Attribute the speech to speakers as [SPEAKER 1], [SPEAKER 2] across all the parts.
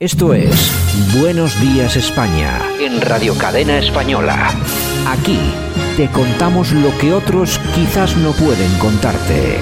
[SPEAKER 1] Esto es Buenos Días España en Radio Cadena Española. Aquí te contamos lo que otros quizás no pueden contarte.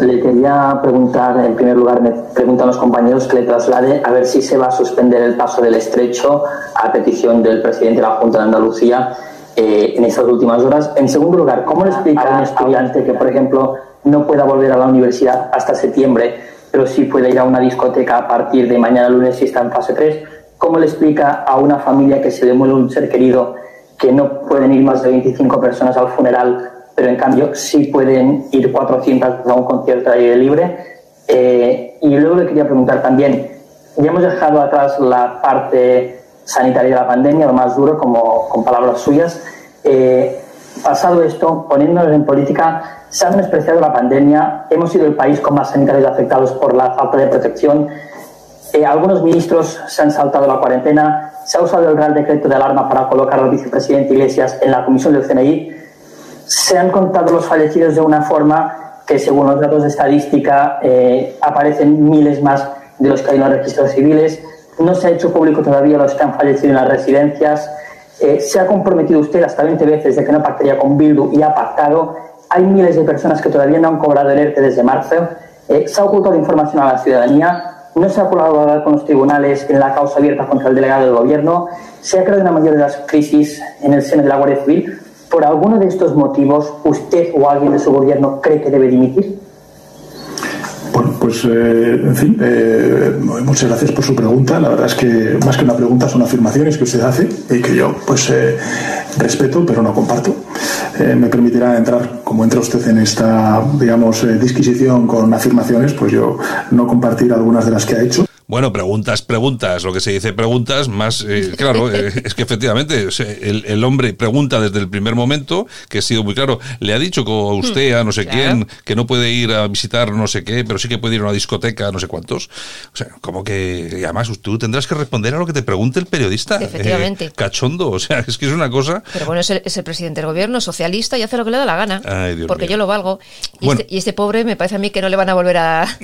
[SPEAKER 2] Le quería preguntar, en primer lugar, me preguntan los compañeros que le traslade a ver si se va a suspender el paso del estrecho a petición del presidente de la Junta de Andalucía eh, en estas últimas horas. En segundo lugar, ¿cómo le explica a un estudiante que, por ejemplo, no pueda volver a la universidad hasta septiembre, pero sí puede ir a una discoteca a partir de mañana lunes si está en fase 3? ¿Cómo le explica a una familia que se le muere un ser querido que no pueden ir más de 25 personas al funeral, pero en cambio sí pueden ir 400 a un concierto al aire libre? Eh, y luego le quería preguntar también, ya hemos dejado atrás la parte sanitaria de la pandemia, lo más duro, como con palabras suyas. Eh, pasado esto, poniéndonos en política, se ha despreciado la pandemia, hemos sido el país con más sanitarios afectados por la falta de protección, eh, algunos ministros se han saltado la cuarentena, se ha usado el Real Decreto de Alarma para colocar al vicepresidente Iglesias en la comisión del CNI, se han contado los fallecidos de una forma que, según los datos de estadística, eh, aparecen miles más de los que hay en los registros civiles no se ha hecho público todavía los que han fallecido en las residencias. Eh, se ha comprometido usted hasta 20 veces de que no pactaría con Bildu y ha pactado. Hay miles de personas que todavía no han cobrado el E ERTE desde marzo. Eh, se ha ocultado información a la ciudadanía. No se ha colaborado con los tribunales en la causa abierta contra el delegado del gobierno. Se ha creado una mayor de las crisis en el seno de la Guardia Civil. ¿Por alguno de estos motivos usted o alguien de su gobierno cree que debe dimitir?
[SPEAKER 3] Bueno, pues eh, en fin, eh, muchas gracias por su pregunta. La verdad es que más que una pregunta son afirmaciones que usted hace y que yo pues eh, respeto pero no comparto. Eh, me permitirá entrar, como entra usted en esta, digamos, eh, disquisición con afirmaciones, pues yo no compartir algunas de las que ha hecho.
[SPEAKER 4] Bueno, preguntas, preguntas. Lo que se dice preguntas, más eh, claro, eh, es que efectivamente el, el, hombre pregunta desde el primer momento, que ha sido muy claro. Le ha dicho a usted, a no sé claro. quién, que no puede ir a visitar no sé qué, pero sí que puede ir a una discoteca, no sé cuántos. O sea, como que, y además tú tendrás que responder a lo que te pregunte el periodista.
[SPEAKER 5] Efectivamente. Eh,
[SPEAKER 4] cachondo, o sea, es que es una cosa.
[SPEAKER 5] Pero bueno, es el, es el presidente del gobierno, socialista, y hace lo que le da la gana. Ay, Dios porque mío. yo lo valgo. Y, bueno, este, y, este, pobre me parece a mí que no le van a volver a, a,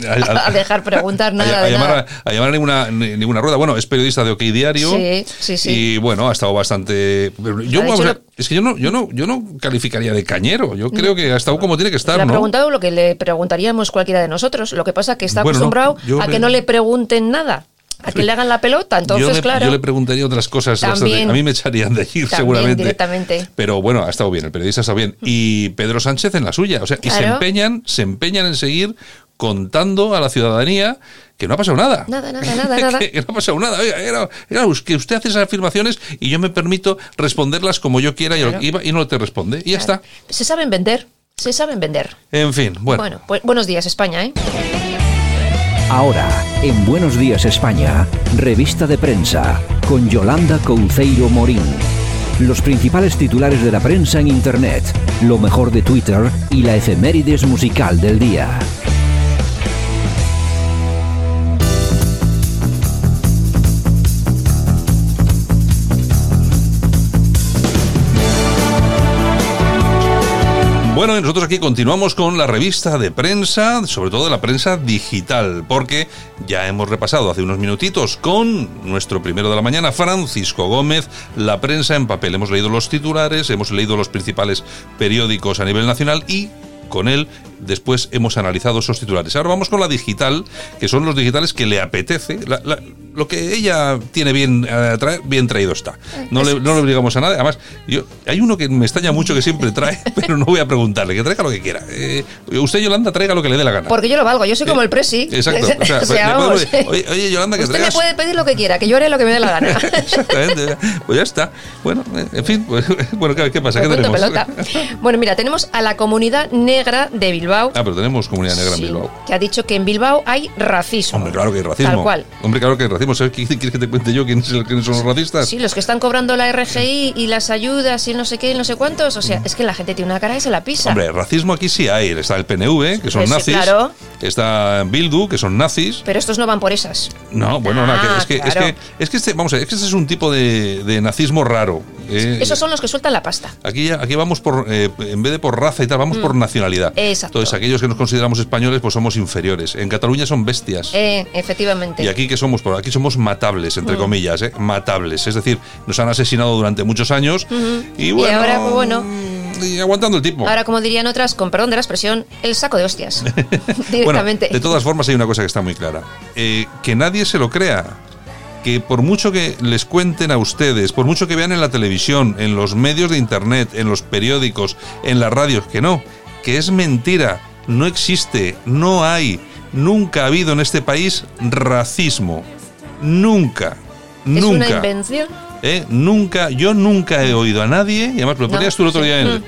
[SPEAKER 5] a dejar preguntar nada.
[SPEAKER 4] A,
[SPEAKER 5] de nada.
[SPEAKER 4] Llamar llevar ninguna, ninguna rueda. Bueno, es periodista de OK Diario. Sí, sí, sí. Y bueno, ha estado bastante. Yo, a, es que yo no, yo no, yo no calificaría de cañero. Yo creo que ha estado como tiene que estar.
[SPEAKER 5] Le ha
[SPEAKER 4] ¿no?
[SPEAKER 5] preguntado lo que le preguntaríamos cualquiera de nosotros. Lo que pasa que está bueno, acostumbrado no, a me... que no le pregunten nada. A que le hagan la pelota, entonces,
[SPEAKER 4] yo le,
[SPEAKER 5] claro.
[SPEAKER 4] Yo le preguntaría otras cosas.
[SPEAKER 5] También,
[SPEAKER 4] a mí me echarían de ir, seguramente.
[SPEAKER 5] Directamente.
[SPEAKER 4] Pero bueno, ha estado bien, el periodista ha estado bien. Y Pedro Sánchez en la suya. O sea, y claro. se empeñan, se empeñan en seguir contando a la ciudadanía que no ha pasado nada.
[SPEAKER 5] Nada, nada, nada, nada.
[SPEAKER 4] que, que, no ha pasado nada. Oiga, era, era, que usted hace esas afirmaciones y yo me permito responderlas como yo quiera claro. y, y, no te responde. Y claro. ya está.
[SPEAKER 5] Se saben vender. Se saben vender.
[SPEAKER 4] En fin, bueno.
[SPEAKER 5] Bueno, pues buenos días, España, ¿eh?
[SPEAKER 1] Ahora, en Buenos Días España, revista de prensa, con Yolanda Conceiro Morín. Los principales titulares de la prensa en Internet, lo mejor de Twitter y la efemérides musical del día.
[SPEAKER 4] Bueno, y nosotros aquí continuamos con la revista de prensa, sobre todo de la prensa digital, porque ya hemos repasado hace unos minutitos con nuestro primero de la mañana, Francisco Gómez, la prensa en papel. Hemos leído los titulares, hemos leído los principales periódicos a nivel nacional y con él. Después hemos analizado esos titulares. Ahora vamos con la digital, que son los digitales que le apetece. La, la, lo que ella tiene bien, eh, traer, bien traído está. No le, no le, obligamos a nada. Además, yo, hay uno que me extraña mucho que siempre trae, pero no voy a preguntarle. Que traiga lo que quiera. Eh, usted, Yolanda, traiga lo que le dé la gana.
[SPEAKER 5] Porque yo lo valgo. Yo soy como el presi.
[SPEAKER 4] Eh, Exacto. O sea, o sea, puedo, oye, oye, Yolanda, que
[SPEAKER 5] Usted traigas? me puede pedir lo que quiera, que yo haré lo que me dé la gana.
[SPEAKER 4] Exactamente. Pues ya está. Bueno, en fin. Pues, bueno, ¿qué, pasa? ¿Qué tenemos?
[SPEAKER 5] Pelota. Bueno, mira, tenemos a la comunidad negra de Bilbao.
[SPEAKER 4] Ah, pero tenemos comunidad negra sí, en Bilbao.
[SPEAKER 5] Que ha dicho que en Bilbao hay racismo.
[SPEAKER 4] Hombre, claro que hay racismo.
[SPEAKER 5] Tal cual.
[SPEAKER 4] Hombre, claro que hay racismo. comentemos. ¿Sabes qué quieres que te cuente yo quiénes, quiénes son los racistas?
[SPEAKER 5] Sí, los que están cobrando la RGI y las ayudas y no sé qué y no sé cuántos. O sea, es que la gente tiene una cara y se la pisa.
[SPEAKER 4] Mm. Hombre, racismo aquí sí hay. Está el PNV, que son
[SPEAKER 5] Pues sí,
[SPEAKER 4] nazis.
[SPEAKER 5] claro.
[SPEAKER 4] Está Bildu, que son nazis.
[SPEAKER 5] Pero estos no van por esas.
[SPEAKER 4] No, bueno, no, que-
[SPEAKER 5] Ah,
[SPEAKER 4] es, que, es
[SPEAKER 5] claro.
[SPEAKER 4] que es que este, vamos a ver, es que este es un tipo de, de nazismo raro. eh.
[SPEAKER 5] Esos son los que sueltan la pasta.
[SPEAKER 4] Aquí, aquí vamos por, eh, en vez de por raza y tal, vamos por nacionalidad.
[SPEAKER 5] Mm. Exacto.
[SPEAKER 4] Entonces, aquellos que nos consideramos españoles, pues somos inferiores. En Cataluña son bestias.
[SPEAKER 5] Eh, Mm. efectivamente.
[SPEAKER 4] Y aquí que somos, Por aquí somos matables, entre comillas, ¿eh? matables. Es decir, nos han asesinado durante muchos años
[SPEAKER 5] Ujú.
[SPEAKER 4] y bueno, mm,
[SPEAKER 5] ahora, pues, bueno,
[SPEAKER 4] y aguantando el tipo.
[SPEAKER 5] ahora como dirían otras, con perdón de la expresión, el saco de hostias.
[SPEAKER 4] Bueno,
[SPEAKER 5] Directamente.
[SPEAKER 4] de todas formas hay una cosa que está muy clara, eh, que nadie se lo crea. Que por mucho que les cuenten a ustedes, por mucho que vean en la televisión, en los medios de internet, en los periódicos, en las radios, que no, que es mentira, no existe, no hay, nunca ha habido en este país racismo. Nunca.
[SPEAKER 5] es
[SPEAKER 4] Nunca.
[SPEAKER 5] una invención.
[SPEAKER 4] ¿eh? Nunca, yo nunca he oído a nadie, y además me lo
[SPEAKER 5] No,
[SPEAKER 4] ponías tú el otro
[SPEAKER 5] sí. Mm.
[SPEAKER 4] día en el-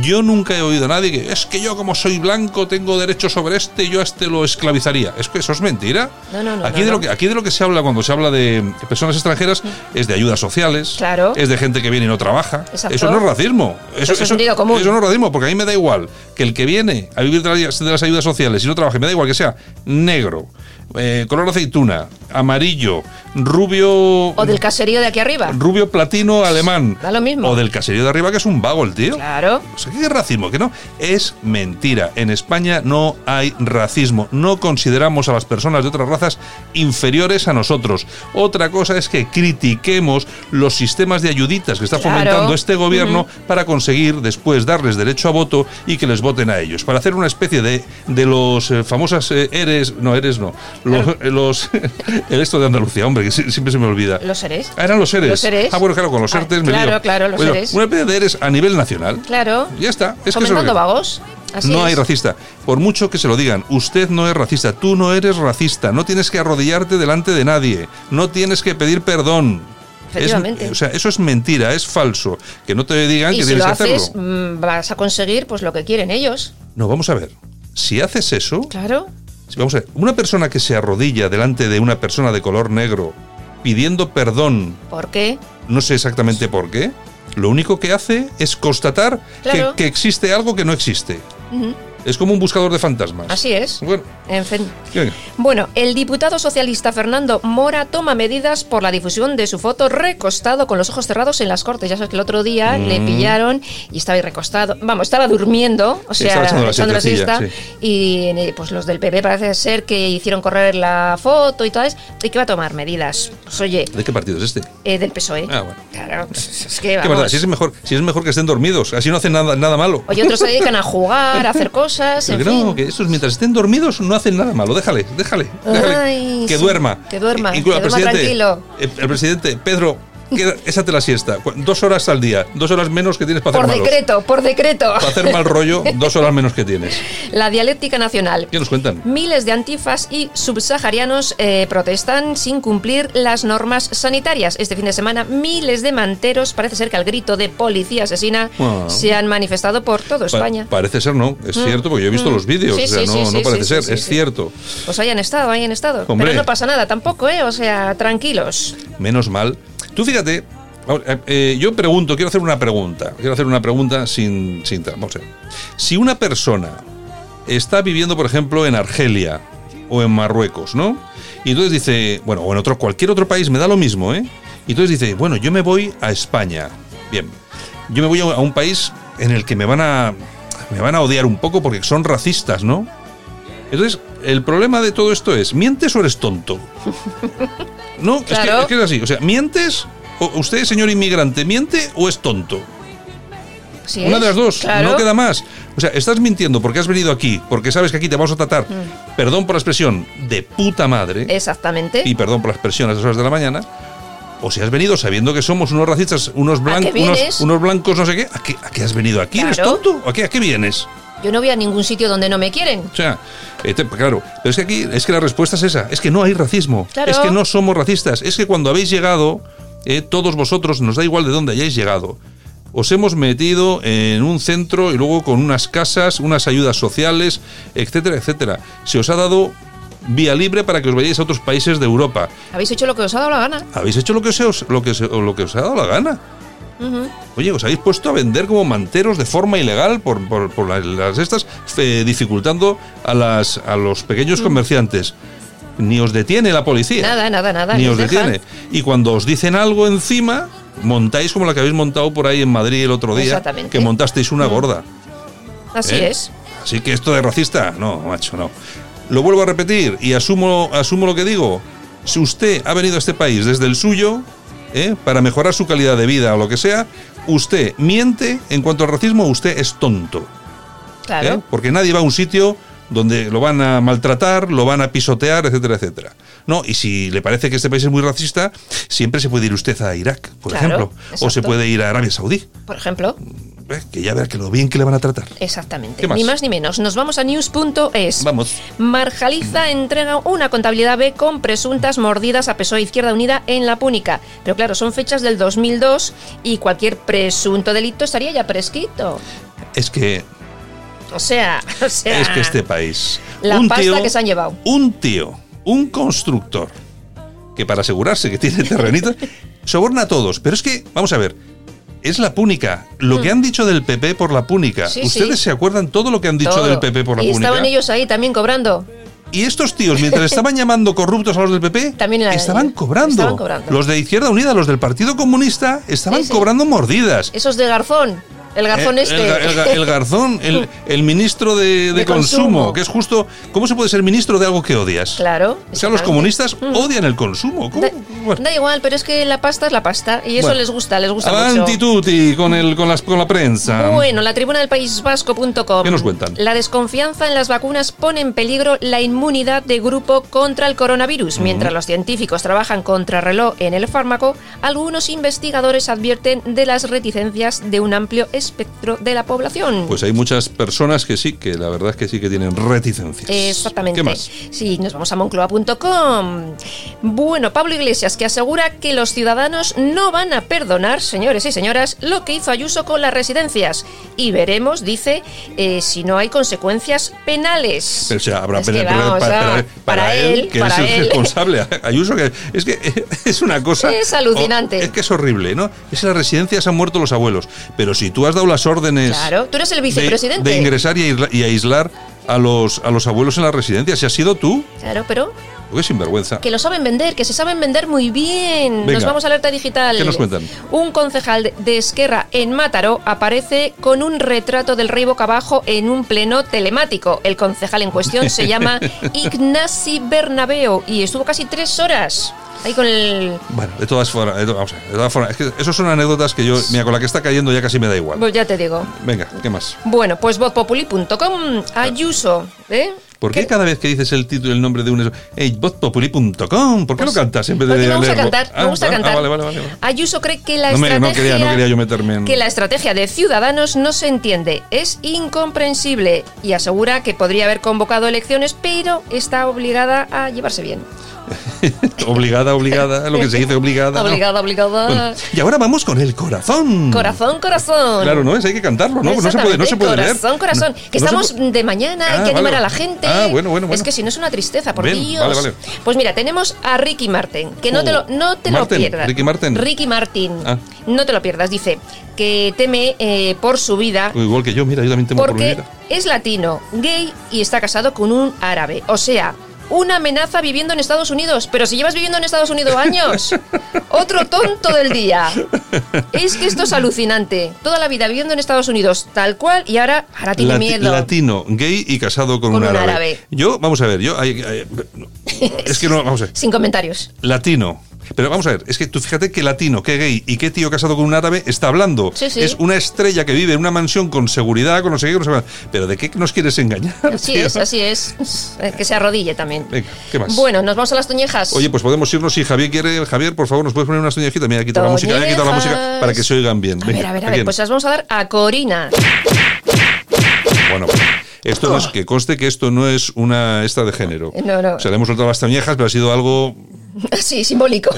[SPEAKER 4] Yo nunca he oído a nadie que es que yo, como soy blanco, tengo derecho sobre este, yo a este lo esclavizaría. Es que eso es mentira.
[SPEAKER 5] No, no, no,
[SPEAKER 4] aquí, de
[SPEAKER 5] no, no.
[SPEAKER 4] Lo
[SPEAKER 5] Mm.
[SPEAKER 4] que, aquí de lo que se habla cuando se habla de personas extranjeras es de ayudas sociales,
[SPEAKER 5] Claro.
[SPEAKER 4] es de gente que viene y no trabaja.
[SPEAKER 5] Exacto.
[SPEAKER 4] Eso no es racismo. Eso,
[SPEAKER 5] Eso es sentido común.
[SPEAKER 4] eso no es racismo, porque a mí me da igual que el que viene a vivir de las, de las ayudas sociales y no trabaja, me da igual que sea negro, eh, color aceituna, amarillo, rubio
[SPEAKER 5] O del caserío de aquí arriba.
[SPEAKER 4] rubio platino alemán.
[SPEAKER 5] Da lo mismo.
[SPEAKER 4] O del caserío de arriba, que es un vago el tío.
[SPEAKER 5] Claro.
[SPEAKER 4] O sea, ¿Qué racismo? Que no. Es mentira. En España no hay racismo. No consideramos a las personas de otras razas inferiores a nosotros. Otra cosa es que critiquemos los sistemas de ayuditas que está
[SPEAKER 5] Claro.
[SPEAKER 4] fomentando este gobierno para conseguir después darles derecho a voto y que les voten a ellos. Para hacer una especie de, de los eh, famosas eh, eres. No, eres no. Los. eh, los- el esto de Andalucía, hombre, que si- siempre se me olvida.
[SPEAKER 5] ¿Los seres?
[SPEAKER 4] Ah, eran los seres.
[SPEAKER 5] Los seres.
[SPEAKER 4] Ah, bueno, claro, con los
[SPEAKER 5] Ah,
[SPEAKER 4] ERTES me
[SPEAKER 5] claro,
[SPEAKER 4] lío.
[SPEAKER 5] claro, los
[SPEAKER 4] Bueno,
[SPEAKER 5] ERTEs.
[SPEAKER 4] Una especie de ERES a nivel nacional.
[SPEAKER 5] Claro.
[SPEAKER 4] Ya está. Es que eso es lo
[SPEAKER 5] Comentando
[SPEAKER 4] que-
[SPEAKER 5] vagos. Así
[SPEAKER 4] no hay
[SPEAKER 5] es.
[SPEAKER 4] racista. Por mucho que se lo digan, usted no es racista, tú no eres racista, no tienes que arrodillarte delante de nadie, no tienes que pedir perdón. Es-
[SPEAKER 5] Efectivamente.
[SPEAKER 4] o sea, eso es mentira, es falso. Que no te digan
[SPEAKER 5] Y
[SPEAKER 4] que
[SPEAKER 5] si
[SPEAKER 4] tienes
[SPEAKER 5] lo
[SPEAKER 4] que
[SPEAKER 5] haces,
[SPEAKER 4] hacerlo.
[SPEAKER 5] mm, vas a conseguir pues lo que quieren ellos.
[SPEAKER 4] No, vamos a ver. Si haces eso,
[SPEAKER 5] Claro.
[SPEAKER 4] Sí, Vamos a ver, una persona que se arrodilla delante de una persona de color negro pidiendo perdón,
[SPEAKER 5] ¿Por qué?
[SPEAKER 4] no sé exactamente por qué, lo único que hace es constatar que-
[SPEAKER 5] Claro.
[SPEAKER 4] que, existe algo que no existe.
[SPEAKER 5] Ujú.
[SPEAKER 4] Es como un buscador de fantasmas.
[SPEAKER 5] Así es.
[SPEAKER 4] Bueno,
[SPEAKER 5] En fin.
[SPEAKER 4] venga.
[SPEAKER 5] Bueno, el diputado socialista Fernando Mora toma medidas por la difusión de su foto recostado con los ojos cerrados en las cortes. Ya sabes que el otro día le
[SPEAKER 4] Mm.
[SPEAKER 5] pillaron y estaba ahí recostado. Vamos, estaba durmiendo, o
[SPEAKER 4] Sí,
[SPEAKER 5] sea,
[SPEAKER 4] estaba echando la siestecilla,
[SPEAKER 5] siesta. Y eh, pues los del PP parece ser que hicieron correr la foto y todo eso. ¿Y que va a tomar medidas? Pues oye,
[SPEAKER 4] ¿De qué partido es este?
[SPEAKER 5] eh, del PSOE.
[SPEAKER 4] Ah, bueno.
[SPEAKER 5] Claro, pues, es que
[SPEAKER 4] Que
[SPEAKER 5] vamos.
[SPEAKER 4] verdad, si es, mejor, si es mejor que estén dormidos, así no hacen nada, nada malo.
[SPEAKER 5] Oye, otros se dedican a jugar, a hacer cosas,
[SPEAKER 4] Pero
[SPEAKER 5] en
[SPEAKER 4] que no,
[SPEAKER 5] fin.
[SPEAKER 4] que estos mientras estén dormidos no hacen nada malo. Déjale, déjale. déjale.
[SPEAKER 5] Ay,
[SPEAKER 4] que
[SPEAKER 5] sí,
[SPEAKER 4] duerma.
[SPEAKER 5] que duerma,
[SPEAKER 4] Eh, incluso
[SPEAKER 5] que
[SPEAKER 4] al
[SPEAKER 5] duerma
[SPEAKER 4] presidente,
[SPEAKER 5] tranquilo.
[SPEAKER 4] eh, El, presidente, Pedro, queda- échate la siesta. Cu- Dos horas al día, dos horas menos que tienes para
[SPEAKER 5] Por
[SPEAKER 4] hacer malos.
[SPEAKER 5] decreto, por decreto.
[SPEAKER 4] Para hacer mal rollo, dos horas menos que tienes.
[SPEAKER 5] La dialéctica nacional.
[SPEAKER 4] ¿Qué nos cuentan?
[SPEAKER 5] Miles de antifas y subsaharianos eh, protestan sin cumplir las normas sanitarias. Este fin de semana, miles de manteros, parece ser que al grito de policía asesina,
[SPEAKER 4] Wow.
[SPEAKER 5] se han manifestado por todo
[SPEAKER 4] Pa-
[SPEAKER 5] España.
[SPEAKER 4] parece ser, no. Es
[SPEAKER 5] Mm,
[SPEAKER 4] cierto, porque yo he visto
[SPEAKER 5] mm.
[SPEAKER 4] los vídeos.
[SPEAKER 5] Sí,
[SPEAKER 4] o sea,
[SPEAKER 5] sí,
[SPEAKER 4] no,
[SPEAKER 5] sí,
[SPEAKER 4] no
[SPEAKER 5] sí,
[SPEAKER 4] parece
[SPEAKER 5] sí,
[SPEAKER 4] ser,
[SPEAKER 5] sí,
[SPEAKER 4] es
[SPEAKER 5] sí.
[SPEAKER 4] cierto.
[SPEAKER 5] Pues hayan estado, hayan estado.
[SPEAKER 4] Hombre.
[SPEAKER 5] Pero no pasa nada tampoco, ¿eh? O sea, tranquilos.
[SPEAKER 4] Menos mal. Tú fíjate, vamos, eh, eh, yo pregunto, quiero hacer una pregunta. Quiero hacer una pregunta sin, sin tal. Vamos a ver. Si una persona está viviendo, por ejemplo, en Argelia o en Marruecos, ¿no? Y entonces dice, bueno, o en otro, cualquier otro país, me da lo mismo, ¿eh? Y entonces dice, bueno, yo me voy a España. Bien, yo me voy a a un país en el que me van a, me van a odiar un poco porque son racistas, ¿no? Entonces, el problema de todo esto es, ¿mientes o eres tonto? No, es que-
[SPEAKER 5] Claro.
[SPEAKER 4] es, que, es así. O sea, ¿mientes? O ¿Usted, señor inmigrante, miente o es tonto?
[SPEAKER 5] Sí,
[SPEAKER 4] Una de las
[SPEAKER 5] es,
[SPEAKER 4] dos,
[SPEAKER 5] claro.
[SPEAKER 4] no queda más. O sea, estás mintiendo porque has venido aquí, porque sabes que aquí te vamos a tratar,
[SPEAKER 5] Mm.
[SPEAKER 4] perdón por la expresión, de puta madre,
[SPEAKER 5] ¿Eh? Exactamente.
[SPEAKER 4] y perdón por la expresión a las horas de la mañana, o si has venido sabiendo que somos unos racistas, unos,
[SPEAKER 5] qué
[SPEAKER 4] blancos, unos,
[SPEAKER 5] vienes?
[SPEAKER 4] unos blancos, no sé qué, ¿a qué, a qué has venido aquí? ¿Eres
[SPEAKER 5] Claro.
[SPEAKER 4] tonto? ¿A qué, ¿A qué vienes?
[SPEAKER 5] Yo no voy a ningún sitio donde no me quieren.
[SPEAKER 4] O sea, eh, te- claro, pero es que aquí, es que la respuesta es esa, es que no hay racismo,
[SPEAKER 5] Claro.
[SPEAKER 4] es que no somos racistas, es que cuando habéis llegado, eh, todos vosotros, nos da igual de dónde hayáis llegado, os hemos metido en un centro y luego con unas casas, unas ayudas sociales, etcétera, etcétera. Se os ha dado vía libre para que os vayáis a otros países de Europa.
[SPEAKER 5] Habéis hecho lo que os ha dado la gana.
[SPEAKER 4] Habéis hecho lo que, se os, lo que, se- lo que os ha dado la gana.
[SPEAKER 5] Ujú.
[SPEAKER 4] Oye, os habéis puesto a vender como manteros de forma ilegal por, por- por las, las estas, eh, dificultando a, las, a los pequeños comerciantes. Ni os detiene la policía.
[SPEAKER 5] Mm. Nada, nada, nada,
[SPEAKER 4] Ni
[SPEAKER 5] les
[SPEAKER 4] os detiene.
[SPEAKER 5] dejan.
[SPEAKER 4] Y cuando os dicen algo encima, montáis como la que habéis montado por ahí en Madrid el otro día.
[SPEAKER 5] Exactamente.
[SPEAKER 4] Que montasteis una gorda.
[SPEAKER 5] Así
[SPEAKER 4] ¿Eh?
[SPEAKER 5] es.
[SPEAKER 4] Así que esto de racista, no, macho, no. Lo vuelvo a repetir y asumo, asumo lo que digo. Si usted ha venido a este país desde el suyo, ¿eh? para mejorar su calidad de vida o lo que sea, usted miente en cuanto al racismo, usted es tonto. ¿eh?
[SPEAKER 5] Claro.
[SPEAKER 4] Porque nadie va a un sitio donde lo van a maltratar, lo van a pisotear, etcétera, etcétera. No, y si le parece que este país es muy racista, siempre se puede ir usted a Irak, por
[SPEAKER 5] Claro,
[SPEAKER 4] ejemplo, o se
[SPEAKER 5] exacto.
[SPEAKER 4] puede ir a Arabia Saudí,
[SPEAKER 5] Por ejemplo.
[SPEAKER 4] ¿eh? que ya verá que lo bien que le van a tratar.
[SPEAKER 5] Exactamente.
[SPEAKER 4] ¿Qué más?
[SPEAKER 5] Ni más ni menos. Nos vamos a news.es.
[SPEAKER 4] Vamos.
[SPEAKER 5] Marjaliza entrega una contabilidad B con presuntas mordidas a PSOE Izquierda Unida en la Púnica. Pero claro, son fechas del 2002 y cualquier presunto delito estaría ya prescrito.
[SPEAKER 4] Es que
[SPEAKER 5] O sea, o sea.
[SPEAKER 4] Es que este país.
[SPEAKER 5] Ah. La pasta que se han llevado.
[SPEAKER 4] Un tío, un constructor, que para asegurarse que tiene terrenitos, soborna a todos. Pero es que, vamos a ver, es la púnica. Lo que han dicho del PP por la púnica.
[SPEAKER 5] Mm. Sí,
[SPEAKER 4] Ustedes
[SPEAKER 5] sí.
[SPEAKER 4] se acuerdan todo lo que han dicho
[SPEAKER 5] todo.
[SPEAKER 4] del PP por la
[SPEAKER 5] Y
[SPEAKER 4] púnica.
[SPEAKER 5] estaban ellos ahí también cobrando.
[SPEAKER 4] Y estos tíos, mientras estaban llamando corruptos a los del PP,
[SPEAKER 5] También eran
[SPEAKER 4] estaban,
[SPEAKER 5] ellos.
[SPEAKER 4] cobrando.
[SPEAKER 5] Estaban cobrando.
[SPEAKER 4] Los de Izquierda Unida, los del Partido Comunista, estaban
[SPEAKER 5] Sí, sí.
[SPEAKER 4] cobrando mordidas.
[SPEAKER 5] Esos de Garzón. El Garzón
[SPEAKER 4] Eh,
[SPEAKER 5] este.
[SPEAKER 4] El, ga- el ga- el garzón, el, el ministro de, de
[SPEAKER 5] De
[SPEAKER 4] consumo,
[SPEAKER 5] consumo.
[SPEAKER 4] que es justo. ¿Cómo se puede ser ministro de algo que odias?
[SPEAKER 5] Claro.
[SPEAKER 4] O sea, los
[SPEAKER 5] exactamente.
[SPEAKER 4] comunistas
[SPEAKER 5] Mm.
[SPEAKER 4] odian el consumo. ¿Cómo?
[SPEAKER 5] Da,
[SPEAKER 4] Bueno.
[SPEAKER 5] da igual, pero es que la pasta es la pasta y eso
[SPEAKER 4] Bueno.
[SPEAKER 5] les gusta, les gusta
[SPEAKER 4] Avanti
[SPEAKER 5] mucho.
[SPEAKER 4] tutti con, el, con, las, con la prensa.
[SPEAKER 5] Bueno, la tribuna del País Vasco.com.
[SPEAKER 4] ¿Qué nos cuentan?
[SPEAKER 5] La desconfianza en las vacunas pone en peligro la inmunidad de grupo contra el coronavirus. Mientras los científicos trabajan contra reloj en el fármaco, algunos investigadores advierten de las reticencias de un amplio espectro de la población.
[SPEAKER 4] Pues hay muchas personas que sí, que la verdad es que sí que tienen reticencias.
[SPEAKER 5] Exactamente.
[SPEAKER 4] ¿Qué más?
[SPEAKER 5] Sí, nos vamos a moncloa.com. Bueno, Pablo Iglesias que asegura que los ciudadanos no van a perdonar, señores y señoras, lo que hizo Ayuso con las residencias. Y veremos, dice, eh, si no hay consecuencias penales.
[SPEAKER 4] Pero, o sea, habrá
[SPEAKER 5] Es que
[SPEAKER 4] pena- pena-
[SPEAKER 5] vamos,
[SPEAKER 4] para,
[SPEAKER 5] ah,
[SPEAKER 4] para- para él, que
[SPEAKER 5] para
[SPEAKER 4] es el
[SPEAKER 5] él.
[SPEAKER 4] responsable. Ayuso, que es que es una cosa.
[SPEAKER 5] Es alucinante.
[SPEAKER 4] oh, es que es horrible, ¿no? Es en las residencias han muerto los abuelos. Pero si tú has dado las órdenes.
[SPEAKER 5] Claro, tú eres el
[SPEAKER 4] de-
[SPEAKER 5] vicepresidente.
[SPEAKER 4] De, ingresar y, aisla- y aislar a los, a los abuelos en las residencias. Si has sido tú,
[SPEAKER 5] Claro, pero
[SPEAKER 4] qué sinvergüenza.
[SPEAKER 5] que lo saben vender, que se saben vender muy bien.
[SPEAKER 4] Venga.
[SPEAKER 5] Nos vamos a alerta digital.
[SPEAKER 4] ¿Qué nos cuentan?
[SPEAKER 5] Un concejal de- de Esquerra en Mátaro aparece con un retrato del rey boca abajo en un pleno telemático. El concejal en cuestión se llama Ignacy Bernabeo y estuvo casi tres horas ahí con el...
[SPEAKER 4] Bueno, de todas formas, de to- vamos a ver, de todas formas, es que esas son anécdotas que yo, mira, con la que está cayendo ya casi me da igual.
[SPEAKER 5] Pues ya te digo.
[SPEAKER 4] Venga, ¿qué más?
[SPEAKER 5] Bueno, pues vozpopuli.com, Ayuso, ¿eh?
[SPEAKER 4] ¿Por qué
[SPEAKER 5] ¿Qué?
[SPEAKER 4] cada vez que dices el título, el nombre de un... Hey, botpopuli.com, ¿por qué lo
[SPEAKER 5] Pues,
[SPEAKER 4] cantas en vez de
[SPEAKER 5] porque me gusta
[SPEAKER 4] leerlo?
[SPEAKER 5] cantar,
[SPEAKER 4] Ah,
[SPEAKER 5] me gusta
[SPEAKER 4] ah,
[SPEAKER 5] cantar.
[SPEAKER 4] ah, vale, vale, vale. vale.
[SPEAKER 5] Ayuso cree que la
[SPEAKER 4] No me- no
[SPEAKER 5] estrategia
[SPEAKER 4] quería- no quería yo meterme en-
[SPEAKER 5] que la estrategia de Ciudadanos no se entiende, es incomprensible y asegura que podría haber convocado elecciones, pero está obligada a llevarse bien.
[SPEAKER 4] obligada, obligada, lo que se dice obligada. ¿no?
[SPEAKER 5] Obligada, obligada.
[SPEAKER 4] Bueno, y ahora vamos con el corazón.
[SPEAKER 5] Corazón, corazón.
[SPEAKER 4] Claro, no es, hay que cantarlo, ¿no? No se puede, no se puede leer.
[SPEAKER 5] Corazón, corazón. Que
[SPEAKER 4] No se
[SPEAKER 5] estamos
[SPEAKER 4] pu-
[SPEAKER 5] de mañana, hay
[SPEAKER 4] Ah,
[SPEAKER 5] que animar
[SPEAKER 4] vale.
[SPEAKER 5] a la gente.
[SPEAKER 4] Ah, bueno, bueno,
[SPEAKER 5] Es
[SPEAKER 4] bueno.
[SPEAKER 5] que si no es una tristeza, por
[SPEAKER 4] Bien,
[SPEAKER 5] Dios.
[SPEAKER 4] vale, vale.
[SPEAKER 5] Pues mira, tenemos a Ricky Martin, que no
[SPEAKER 4] Oh,
[SPEAKER 5] te lo, no te
[SPEAKER 4] Martin,
[SPEAKER 5] lo pierdas.
[SPEAKER 4] Ricky Martin.
[SPEAKER 5] Ricky Martin.
[SPEAKER 4] Ah.
[SPEAKER 5] No te lo pierdas, dice que teme eh, por su vida
[SPEAKER 4] Igual que yo, mira, yo también temo por mi
[SPEAKER 5] porque
[SPEAKER 4] vida.
[SPEAKER 5] es latino, gay y está casado con un árabe. O sea, una amenaza viviendo en Estados Unidos. Pero si llevas viviendo en Estados Unidos años, otro tonto del día. Es que esto es alucinante. Toda la vida viviendo en Estados Unidos, tal cual, y ahora, ahora tiene
[SPEAKER 4] Lati-
[SPEAKER 5] miedo.
[SPEAKER 4] Latino, gay y casado con,
[SPEAKER 5] Con
[SPEAKER 4] un,
[SPEAKER 5] un
[SPEAKER 4] árabe.
[SPEAKER 5] árabe.
[SPEAKER 4] Yo, vamos a ver, yo. ay, ay, no. es que no, vamos a ver.
[SPEAKER 5] Sin comentarios.
[SPEAKER 4] Latino. Pero vamos a ver, es que tú fíjate que latino, que gay y qué tío casado con un árabe está hablando.
[SPEAKER 5] Sí, sí.
[SPEAKER 4] Es una estrella que vive en una mansión con seguridad, con no sé qué, con no sé qué. Pero ¿de qué nos quieres engañar?
[SPEAKER 5] Así
[SPEAKER 4] tío?
[SPEAKER 5] es, así es. Eh, Que se arrodille también.
[SPEAKER 4] Venga, ¿qué más?
[SPEAKER 5] Bueno, nos vamos a las toñejas.
[SPEAKER 4] Oye, pues podemos irnos si Javier quiere. Javier, por favor, nos puedes poner unas toñejitas. Mira, quita la música, voy a quitar la música
[SPEAKER 5] Toñejas.
[SPEAKER 4] para que se oigan bien.
[SPEAKER 5] a
[SPEAKER 4] Venga,
[SPEAKER 5] ver, a ver, a
[SPEAKER 4] ¿a
[SPEAKER 5] ver.
[SPEAKER 4] quién?
[SPEAKER 5] Pues las vamos a dar a Corina.
[SPEAKER 4] Bueno, pues, esto no es que conste que esto no es una esta de género.
[SPEAKER 5] Ah. Eh, No, no.
[SPEAKER 4] O sea, le hemos soltado las tañejas, pero ha sido algo
[SPEAKER 5] Sí, simbólico.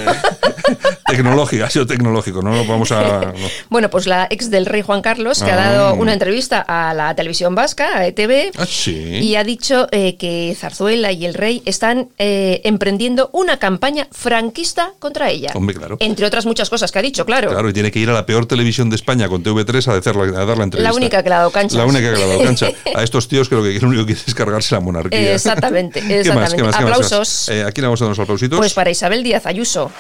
[SPEAKER 4] tecnológica, ha sido tecnológico, no lo vamos a. no.
[SPEAKER 5] Bueno, pues la ex del rey Juan Carlos, que ha
[SPEAKER 4] Ah.
[SPEAKER 5] dado una entrevista a la televisión vasca, a ETV,
[SPEAKER 4] Ah, sí.
[SPEAKER 5] y ha dicho eh, que Zarzuela y el rey están eh, emprendiendo una campaña franquista contra ella.
[SPEAKER 4] Hombre, claro.
[SPEAKER 5] Entre otras muchas cosas que ha dicho, claro.
[SPEAKER 4] Claro, y tiene que ir a la peor televisión de España con TV3 a, hacer la- a dar la entrevista.
[SPEAKER 5] La única que le ha dado canchas.
[SPEAKER 4] La única que le ha dado cancha. A estos tíos creo que lo único que quieren es cargarse la monarquía.
[SPEAKER 5] Eh, Exactamente,
[SPEAKER 4] ¿Qué más, qué más,
[SPEAKER 5] exactamente.
[SPEAKER 4] qué más, qué más?
[SPEAKER 5] Aplausos.
[SPEAKER 4] Eh, ¿A quién le vamos a dar unos aplausitos?
[SPEAKER 5] Pues para Isabel Díaz Ayuso,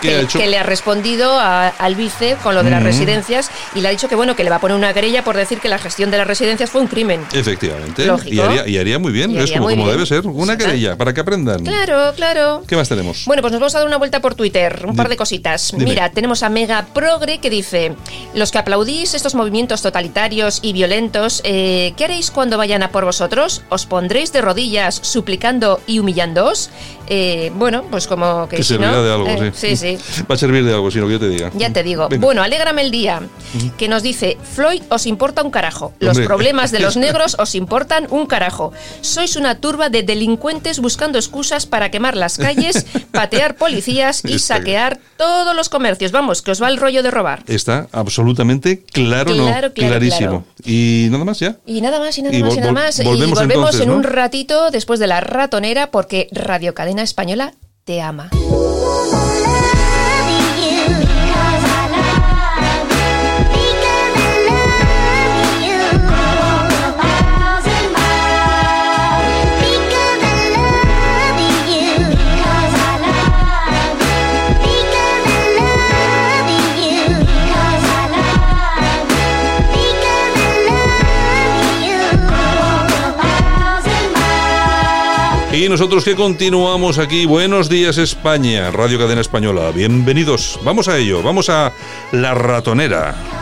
[SPEAKER 4] ¿Qué
[SPEAKER 5] que,
[SPEAKER 4] ha Mm. hecho?
[SPEAKER 5] eh, que le ha respondido a- al vice con lo de las residencias y le ha dicho que bueno, que le va a poner una querella por decir que la gestión de las residencias fue un crimen.
[SPEAKER 4] Efectivamente.
[SPEAKER 5] Lógico.
[SPEAKER 4] Y haría, y haría muy bien,
[SPEAKER 5] Y
[SPEAKER 4] es
[SPEAKER 5] haría
[SPEAKER 4] como,
[SPEAKER 5] muy
[SPEAKER 4] como
[SPEAKER 5] bien.
[SPEAKER 4] debe ser. Una
[SPEAKER 5] Exacto.
[SPEAKER 4] querella, para que aprendan.
[SPEAKER 5] Claro, claro.
[SPEAKER 4] ¿Qué más tenemos?
[SPEAKER 5] Bueno, pues nos vamos a dar una vuelta por Twitter, un
[SPEAKER 4] Di-
[SPEAKER 5] par de cositas.
[SPEAKER 4] dime.
[SPEAKER 5] Mira, tenemos a Mega Progre que dice, los que aplaudís estos movimientos totalitarios y violentos, eh, ¿qué haréis cuando vayan a por vosotros? ¿Os pondréis de rodillas suplicando y humillándoos? Eh, bueno, pues como que...
[SPEAKER 4] que
[SPEAKER 5] si
[SPEAKER 4] servirá
[SPEAKER 5] no,
[SPEAKER 4] de algo,
[SPEAKER 5] eh,
[SPEAKER 4] sí.
[SPEAKER 5] Sí, sí.
[SPEAKER 4] Va a servir de algo, si lo que yo te diga.
[SPEAKER 5] Ya te digo.
[SPEAKER 4] Venga.
[SPEAKER 5] Bueno, alégrame el día. Que nos dice, Floyd os importa un carajo. Los
[SPEAKER 4] Hombre.
[SPEAKER 5] problemas de los negros os importan un carajo. Sois una turba de delincuentes buscando excusas para quemar las calles, patear policías
[SPEAKER 4] Está
[SPEAKER 5] y
[SPEAKER 4] bien. Eh.
[SPEAKER 5] saquear todos los comercios. Vamos, que os va el rollo de robar.
[SPEAKER 4] Está absolutamente claro, no,
[SPEAKER 5] Claro, claro,
[SPEAKER 4] clarísimo.
[SPEAKER 5] claro.
[SPEAKER 4] Y nada más ya.
[SPEAKER 5] Y nada más, y nada
[SPEAKER 4] Y
[SPEAKER 5] más,
[SPEAKER 4] vol-
[SPEAKER 5] y nada
[SPEAKER 4] vol-
[SPEAKER 5] más.
[SPEAKER 4] volvemos
[SPEAKER 5] y volvemos
[SPEAKER 4] entonces,
[SPEAKER 5] en
[SPEAKER 4] ¿no?
[SPEAKER 5] un ratito después de la ratonera porque Radio Cadena Española te ama.
[SPEAKER 4] Y nosotros que continuamos aquí, buenos días España, Radio Cadena Española, bienvenidos, vamos a ello, vamos a La Ratonera.